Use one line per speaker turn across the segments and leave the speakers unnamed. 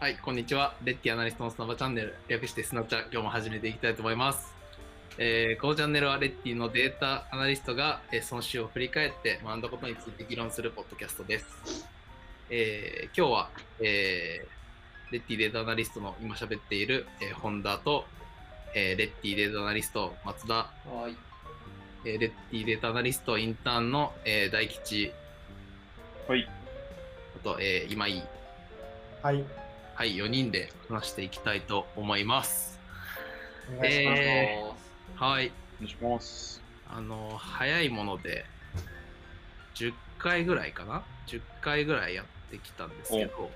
はい、こんにちは。レッティアナリストのスナバチャンネル、略してスナチャ、今日も始めていきたいと思います。えーこのチャンネルはレッティのデータアナリストが、えーその週を振り返って学んだことについて議論するポッドキャストです。えー今日は、えーレッティデータアナリストの今喋っている、えー本田と、えーレッティデータアナリスト松田、
はい。
えーレッティデータアナリストインターンの、えー大吉、
はい。
あと、えー今井
はい。
はい、4人で話していきたいと思います。
お願いします。
えはい、
お願いします。
あの、早いもので、10回ぐらいかな ?10 回ぐらいやってきたんですけど、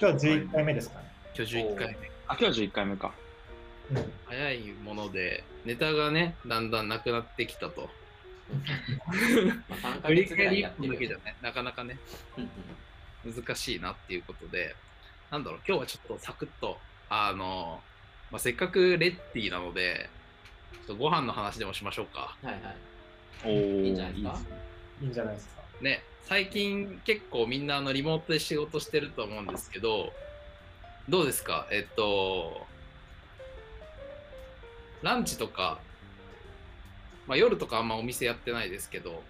今日11回目ですかね。
今日11回目。
あ、今日は11回目か。
うん。
早いもので、ネタがね、だんだんなくなってきたと。
まあ、3ヶ
振り
月ぐ
返
らい
り
やっ
1
て
本だ
る
けじゃね、なかなかね、
うんうん
難しいなっていうことで、なんだろう、今日はちょっとサクッと、あの、まあ、せっかくレッティなので、ちょっとご飯の話でもしましょうか。
はいはい。
おー
いいんじゃないですか
っね
いいんじゃないですか。
ね、最近結構みんなあのリモートで仕事してると思うんですけどどうですかえっとランチとか、まあ、夜とかあんまお店やってないですけど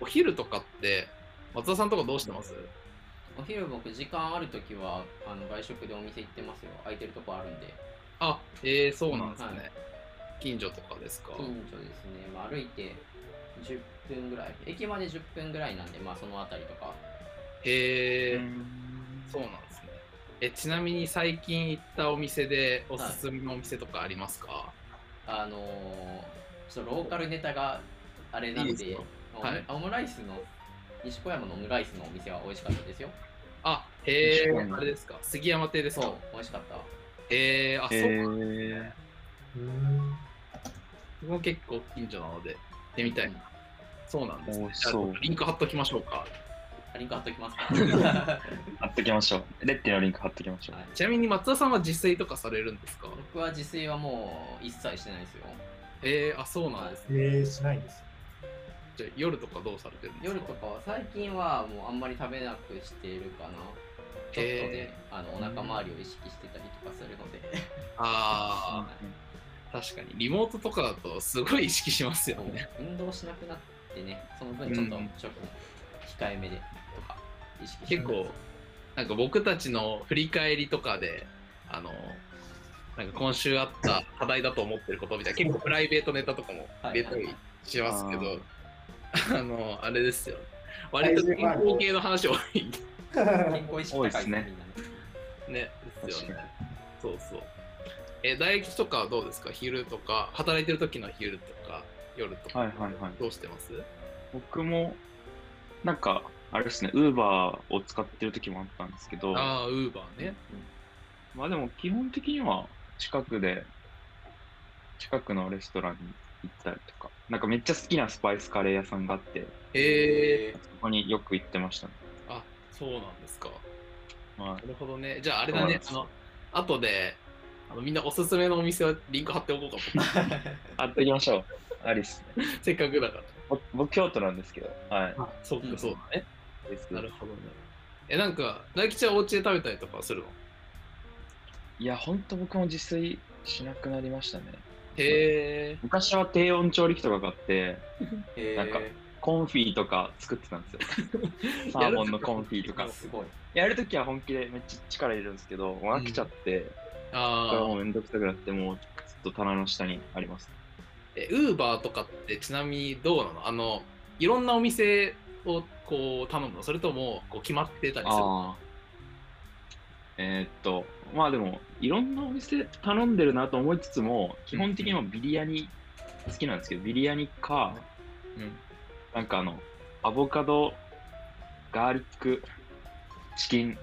お昼とかって松田さんとかどうしてます
お昼僕時間あるときはあの外食でお店行ってますよ。空いてるとこあるんで。
あえー、そうなんですね、
はい
近所とかですか
近所ですね。まあ、歩いて10分ぐらい。駅まで10分ぐらいなんで、まあそのあたりとか。
え
う
ー
ん
そうなんですねえちなみに最近行ったお店でおすすめのお店とかありますか、
あのー、ちょっとローカルネタがあれなん
い
で、
いですか
オム
はい
オムライスの西小山のオムライスのお店は美味しかったですよ。
あへえ
確かに
あれですか杉山亭です
そ
か、
う美味しかった。
えー、あ、
え
そうか。
ー、
うーん。
僕も結構近所なので、行ってみたいな。そうなんです、ね。
美味しそう
じゃあリンク貼っときましょうか。
あリンク貼っときますか。は
貼ってきましょう。レッテのリンク貼ってきましょう。
い
ちなみに松田さんは自炊とかされるんですか
僕は自炊はもう一切してないですよ。
えー、あ、そうなんです、ね。
えー、しないです。
じゃあ夜とかどうされてるんですか
夜とかは最近はもうあんまり食べなくしてるかなちょっと
へ
ねあのお腹周りを意識してたりとかするので
ああ、確かに。リモートとかだとすごい意識しますよ
もう
ね。
運動しなくなってねその分ちょっと
うん
食控えめでとか意識して
結構、なんか僕たちの振り返りとかで、あの、なんか今週あった課題だと思ってることみたいな、結構プライベートネタとかも
はい
入れ
は
た
い
りしますけ
あ
ど、あの、あれですよ。割と健康系の話多いんで
健康意識高いですね
多いっすね
みんなね
ね。です
確
よね
か。
そうそう。え、大吉とかはどうですか昼とか、働いてる時の昼とか、夜とか、
はいはいはい
どうしてます
僕も、なんか、あれですね、ウーバーを使ってる時もあったんですけど、
ああ、ウーバーね。
まあでも基本的には近くで、近くのレストランに行ったりとか、なんかめっちゃ好きなスパイスカレー屋さんがあって、
ええ
そこによく行ってましたね。
あ、そうなんですか。
は
なるほどね。じゃああれだね、あ
そうなん
の、後で、あのみんなおすすめのお店をリンク貼っておこうか も。
い。貼っていきましょう。ありっすね。
せっかくだから。
ぼ僕、京都なんですけど、はい。
あ、そう
う
か、
ん
そうだね。
です
なるほどね。え、なんか、大吉はお家で食べたりとかするの
いや、ほんと僕も自炊しなくなりましたね。
へえ。
昔は低温調理器とかがあって、
へ
なんかコンフィとか作ってたんですよ。サーモンのコンフィと
ー
か。
すごい
やるときは本気でめっちゃ力入れるんですけど、もう飽きちゃって、それは
あ
も
あ。
うめんどくさくなって、もうずっと棚の下にあります。
え、ウーバーとかってちなみにどうなのあの、いろんなお店をこう頼むのそれともこう決まってたりするの
ああ。えーっと、まあでも、いろんなお店頼んでるなと思いつつも、基本的にはビリヤニ好きなんですけど、ビリヤニか、
うん
なんかあの、アボカド、ガーリック、チキン、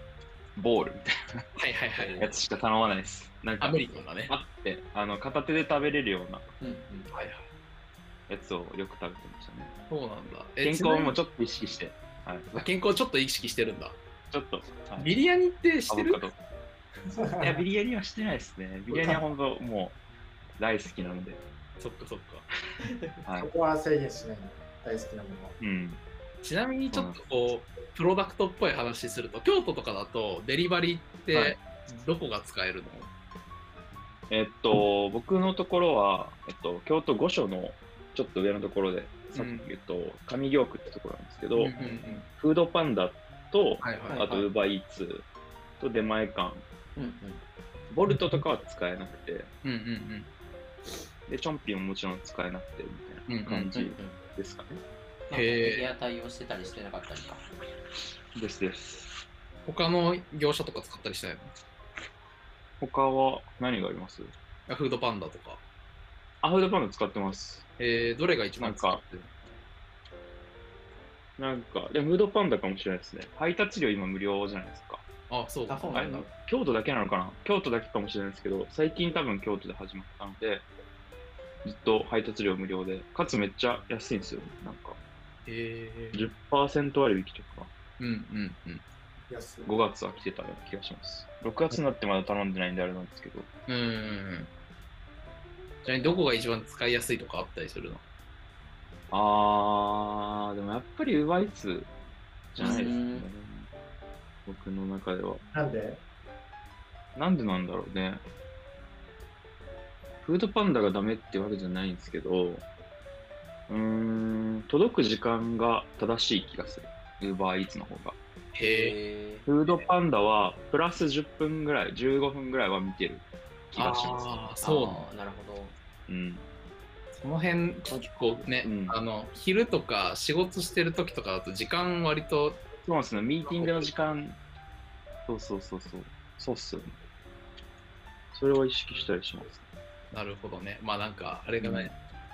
ボールみたい
はいはいはい。
なやつしか頼まないです。なん
ア
か、
メリカンだね。
あって、あの、片手で食べれるような
うんうん
はいはい。
やつをよく食べてましたね。
そうなんだ。え
健康も
ち
ちょっと意識して、はい、
なみに健康ちょっと意識してるんだ。
ちょっと、はい
ビリヤニってしてる
アボカド。いや、ビリヤニはしてないですね。ビリヤニは本当もう大好きなので。
そっかそっか。
はい
そ。こは制限しない。大好きなものは。
うん。
ちなみにちょっとこう、プロダクトっぽい話すると、京都とかだとデリバリーっ
は
て
い
どこが使えるの
えっと、僕のところは、えっと、京都御所のちょっと上のところで、さっ
うん
き言うと、上京区ってところなんですけど、
うんうんうん
フードパンダと、
はいはい
あとウーバーイーツと出前館、
うんうん。
ボルトとかは使えなくて、
うんうん
で、チョンピンももちろん使えなくて、みたいな感
うんう
じ
んなんか
ですかね。
へー
メディア対応してたりしてなかったりか。
ですです。
他の業者とか使ったりしないの
他は何があります
あフードパンダとか。
あ、フードパンダ使ってます。
えー、どれが一番使ってる
なんか、でフードパンダかもしれないですね。配達料今無料じゃないですか。
あ、そう
あそう
あ
な
れ
んだ。
京都だけなのかな京都だけかもしれないですけど、最近多分京都で始まったので、ずっと配達料無料で、かつめっちゃ安いんですよ。なんか、
えー、
10%割引とか、
うんうんうん。
安い
5月は来てたような気がします。6月になってまだ頼んでないんであれなんですけど、
うーん。ちなみにどこが一番使いやすいとかあったりするの
あー、でもやっぱりウーバーイーツじゃないですか
う
ね
ん。
僕の中では。
なんで
なんでなんだろうね。フードパンダがダメってわけじゃないんですけど、うーん、届く時間が正しい気がする。ウーバーイーツの方が。
へえ。
へー
フードパンダはプラス10分ぐらい、15分ぐらいは見てる気がします。
ああ、そうなんだ
あーなるほど。
うん。
その辺結構ね、
うん
あの昼とか仕事してる時とかだと時間割と
そうなんですね。ミーティングの時間、そうそうそうそう。そうっすよね。それを意識したりします。
なるほどねまあなんかあれがね、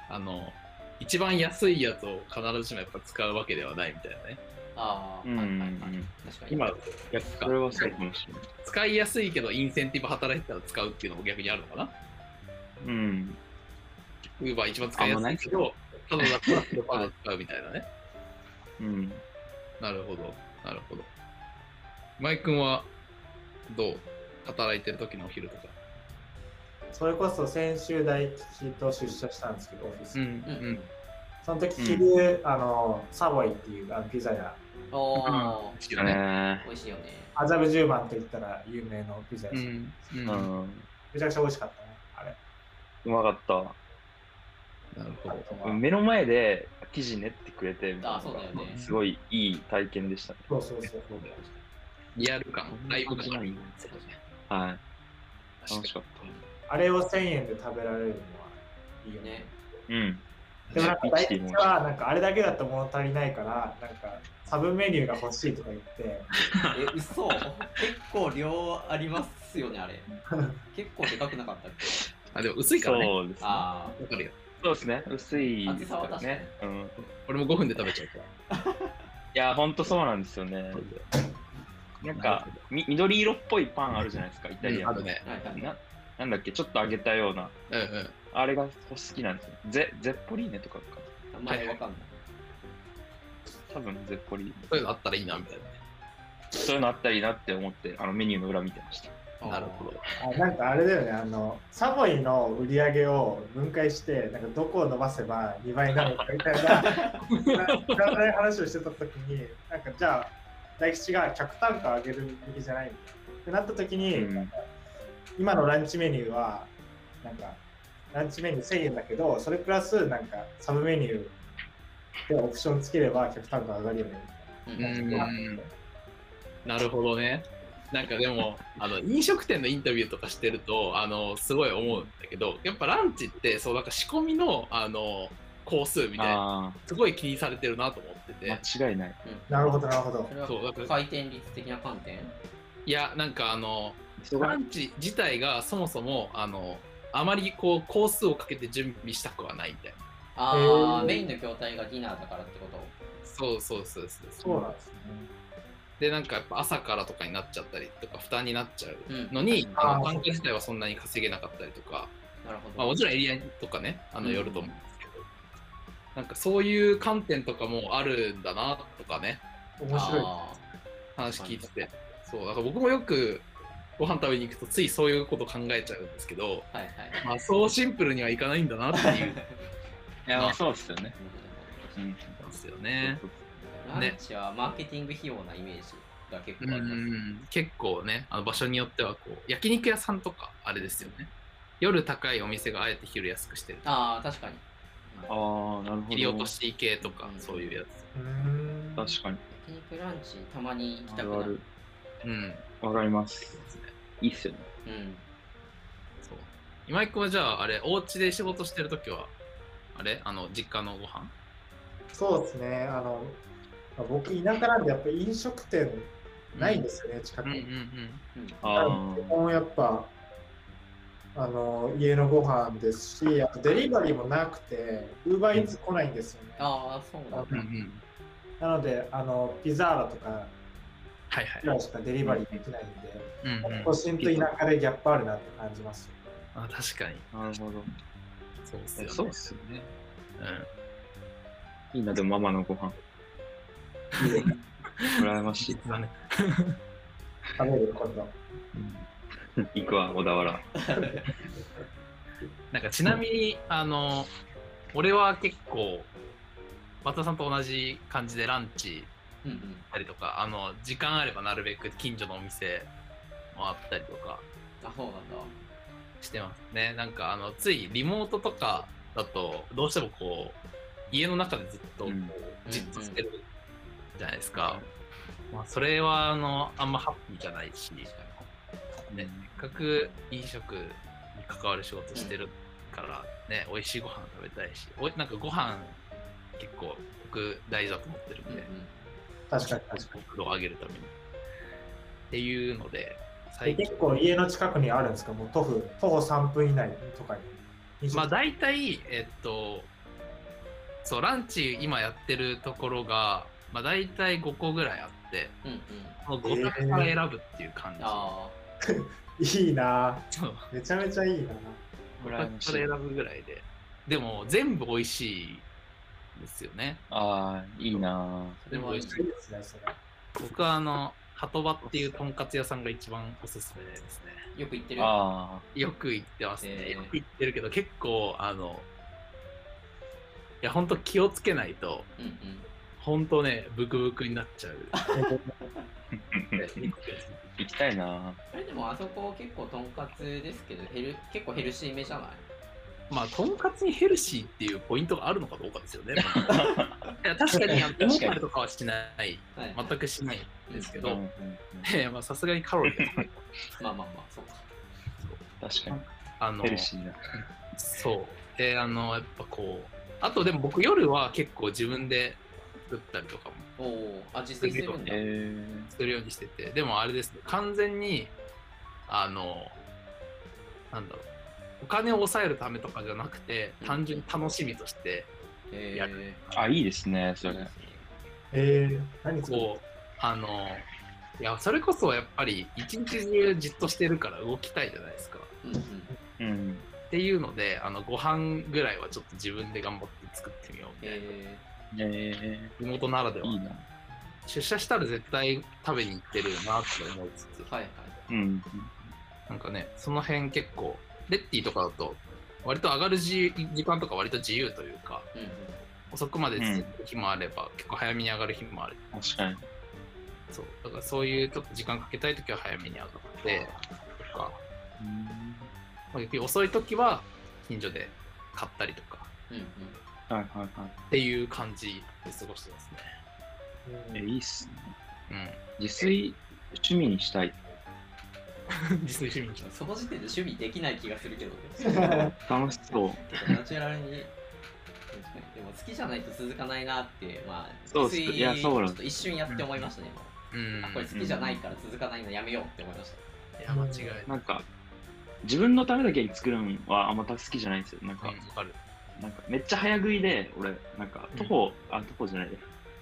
あの一番安いやつを必ずしもやっぱ使うわけではないみたいなね
ああ、
うん
はいはいはい。確かに。
今
それはそうかもしれない。
使いやすいけどインセンティブ働いてたら使うっていうのも逆にあるのかな
うん。
ウーバー一番使いやすいけどただだからまだ使うみたいなね
うん。
なるほどなるほどマイ君はどう働いてる時のお昼とか
それこそ先週大吉と出社したんですけど、オフィス。
ん
うん
その時昼、あの、サボイっていうあのピザ屋、
おー、
好きだね
ね
美味しいよね。
麻布十番と言ったら有名のピザ屋
う
さん。
んうん
う。
なん
めちゃくちゃ美味しかったね、あれ。
うまかった。
るほ
あ
ど
れとか
目の前で記事練ってくれてみたいな
あそうだよね
すごいいい体験でしたね。
そうそうそう。
リアル感、ライブ感。
いはい、楽しかっ
あれを1000円で食べられるのはいいよね。
ね。
た。うん。
でもなんか
ね
大吉はなんかあれだけだと物足りないから、なんかサブメニューが欲しいとか言って、
え、嘘結構量ありますよ ね、あれ。結構でかくなかったっけ
あ、でも薄いからね。
そうですね。
あ
わかるよ。
そうですね。薄いですから
厚さは
ね。うん、い
俺も5分で食べちゃうから。
や、ほんとそうなんですよね。なんか、み緑色っぽいパンあるじゃないですか、イタ
う
リ
ん、
ア
あ
ンの
る。ね。
あ、はいはい。
ななんだっけ、ちょっと揚げたような。
うんうん。
あれが好きなんですよ。ゼゼッポリーネとかか。
名前わかんない。
多分ゼッポリーネ。
そういうのあったらいいな、みたい
そういうのあったらいいなって思って、あのメニューの裏見てました。
な。なるほど。
あなんかあれだよね、あの、サボイの売り上げを分解して、なんかどこを伸ばせば2倍になるかみたいな、なくだらない話をしてた時に、なんかじゃあ、大吉が客単価を上げるべきじゃないってなった時に、
うん
今のランチメニューは、なんか、ランチメニュー1000円だけど、それプラス、なんか、サブメニューでオプションつければ客単価上がるよね。
うん
うーん。なるほどね。なんかでも、 あの飲食店のインタビューとかしてると、あのすごい思うんだけど、やっぱランチって、そうなんか仕込みのあの工数みたいな、
あ
すごい気にされてるなと思って
あ、
て。
間違いない。
なるほど、なるほど
そ。れは
そうだから
回転率的な観点
いや、なんかあの、
人
ラ
が
ンチ自体がそもそもあのあまりこうコースをかけて準備したくはないみたいな。
へ
あ
ー
あ、メインの筐体がディナーだからってこと
そうそうそうそう
そうなんですね。
でなんかやっぱ朝からとかになっちゃったりとか負担になっちゃう
うん。
のに、
あー
あの単価自体はそんなに稼げなかったりとか、
なるほど。
まあ、もちろんエリアとかねあの
うん
よると思うんですけど、なんかそういう観点とかもあるんだなとかね
面白い。
あ
話聞いててそうだから僕もよくご飯食べに行くとついそういうこと考えちゃうんですけど、
ーはいはい。
まあ、そうシンプルにはいかないんだなっていう
いや、まあそうですよね。うん。
んですよね。
そうそうそう
ランチはマーケティング費用なイメージ。が結
うん
構
う
あります。
ん、結構ねあの場所によってはこう焼肉屋さんとかあれですよね夜高いお店があえて昼安くしてる
ああ、確かに。
ああ、なるほど。
切り落とし系とかそういうや
うーん
確かに。
焼肉ランチ、たまに行き
あ
たく
る
な
ある
る。。
つうん
わかります。いいっすよね。
うん。
そう今井君はじゃああれお家で仕事してるときはあれあの実家のご飯
そうですね。あの、まあ僕、田舎なんで、やっぱ飲食店ないんですよね、近く
うんうんう
に。
ん
うん
な
あ
ので基本やっぱ、あの、家のご飯ですし、あとデリバリーもなくて、ウーバーイーツ来ないんですよね。
ああ、そうなんだ。
うんうん
なので、あの、ピザーラとか
はいはい
ぐらいしかデリバリーできないんで、
うんうん
都心と田舎でギャップあるなって感じます。
あ確かに
あ、なるほど。
そうっすよね
そうっすよね。
うん
いいな、でもママのご 飯。 羨ましい。
だね。
食べる今度。
行くわ、小田原。
なんかちなみに、あの、俺は結構、和田さんと同じ感じでランチ
うんうん。
行ったりとか、あの、時間あればなるべく近所のお店もあったりとか
あ、そうなんだ。
してますね。なんか、あの、ついリモートとかだと、どうしてもこう、家の中でずっとこう、
うん
じっとしてるじゃないですか。まあ、それは、あの、あんまハッピーじゃないし、ね、せっかく飲食に関わる仕事してるから、ね、美味しいご飯食べたいし、おいなんかご飯結構僕大事だと思ってる
うんんう
で、
ん。
確かに確か
国を上げるために。っていうので、
に。
最近
結、構家の近くにあるんですかもう徒歩、徒歩3分以内とかに。飲食
まあ大体、えっと、そう、ランチ今やってるところが、まあ大体5個ぐらいあって、
うんうん。
その5択から選ぶっていう感じ。
あ
いいな
そう
ぁめちゃめちゃいいなぁ
僕はそれ選ぶぐらいで。でも、全部美味しいですよね。
ああ、いいな
あ、で
で
も
も
いい
一
いいですね、それ。
僕は、あの、ハトバっていうとんかつ屋さんが一番おすすめですね。
よく行ってる。
あ
よく行ってますね。
えー
よく行ってるけど、結構、あの、いや、ほんと気をつけないと、
うんうん。
ほんとね、ブクブクになっちゃ う。
あ。行きたいな
あれでもあそこ結構とんかつですけど、ヘル結構ヘルシーめじゃない
まあ、とんかつにヘルシーっていうポイントがあるのかどうかですよね。いや確かに、あの、胃もたれとかはしない。
はい
全くしないんですけ
う
ど、
んうんうん
でまあさすがにカロリーが 高い。
まあまあまあ、そうか。
確かに。
あの
ヘルシーな。
そう。で、あの、やっぱこう、あとでも僕夜は結構自分で作ったりとかも
おお、あ、自炊するんだ。
え
するようにしてて、でもあれですね、完全に、あの、なんだろう、お金を抑えるためとかじゃなくて、単純に楽しみとして、
え
や
え
ー、あ、いいですね、それ。
えー、何これ
こう、あの、いや、それこそやっぱり一日中じっとしてるから動きたいじゃないですか。
うんうん。
うん。
っていうので、あの、ご飯ぐらいはちょっと自分で頑張って作ってみようみたいな。
え
え
地元ならで
ー、
は。
いいな。
出社したら絶対食べに行ってるよなって思いつつ
ー、はいはい。
うん。
なんかねその辺結構レッティとかだと割と上がるじ時間とか割と自由というか
うんうん。
遅くまで続く日もあれば、結構早めに上がる日もある
確かに。
そうだからそういうちょっと時間かけたい時は早めに上がってとか、
うん
まあ、逆に遅い時は近所で買ったりとか
うんうん。
はいはいはい。
っていう感じで過ごしてますね
え、いいっすね。
うん
自炊、趣味にしたい。
自炊趣味にし
その時点で趣味できない気がするけどね。
楽しそう。
ナチュラルに。確かにでも好きじゃないと続かないなって、まあ、
そうっす
つ
いやそうなん
ちょっと一瞬やって思いましたね。
うん
あこれ好きじゃないから続かないのやめようって思いました。
いや間違いない
なんか、自分のためだけに作るのはあんま好きじゃないんですよ。なん
うん
か
わ、かる
なんかめっちゃ早食いで、俺、なんか、徒歩、あ、徒歩じゃないで、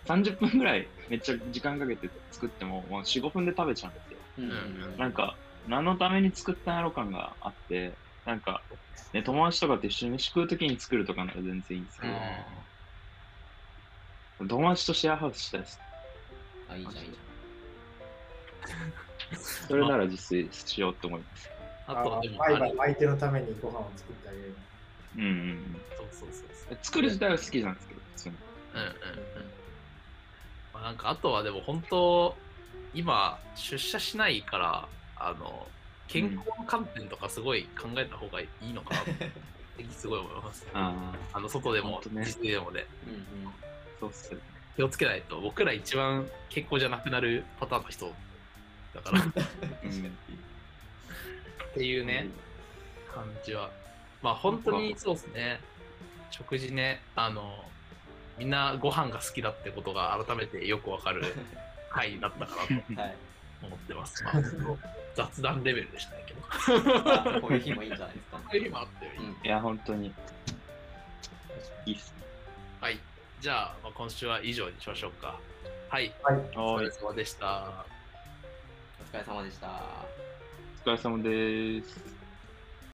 30分ぐらいめっちゃ時間かけて作っても、もう4、5分で食べちゃうんですよ。
うんうんうん
なんか、何のために作ったんやろ感があって、なんか、ね、友達とかと一緒に飯食うときに作るとかなら全然いいんですけど、友達とシェアハウスしたいです。
あ、いいじゃん、いいじ
それなら自炊しようと思います。
あとはでもあ
毎
れ
晩相手のためにご飯を作ってあげる。
うんうんうん。
そうそうそうそう
作る自体は好きなんですけど、普通に。
うんうんうんまあ、なんかあとはでも本当今出社しないからあの健康の観点とかすごい考えた方がいいのかなってすごい思い ます。
ああ、
あの外でも
本当ね
自炊でもで
うんうん
そうっすね。
気をつけないと僕ら一番健康じゃなくなるパターンの人だからっ
うん
ていうね、感じはまあ本当にそうですね食事ねあのみんなご飯が好きだってことが改めてよくわかる回だったかな
うん
はい
と思ってます。まあ、その雑談レベルでしたねけど。こ
まあこういう日もいいんじゃないですか
ういう日もあったよいい
うん
いや、本当に。いいっすね。
はい。じゃあ、まあ、今週は以上にしましょうか。はい。お疲
は
れ
い、
様でした。
お疲れ様でした
お疲れ様です。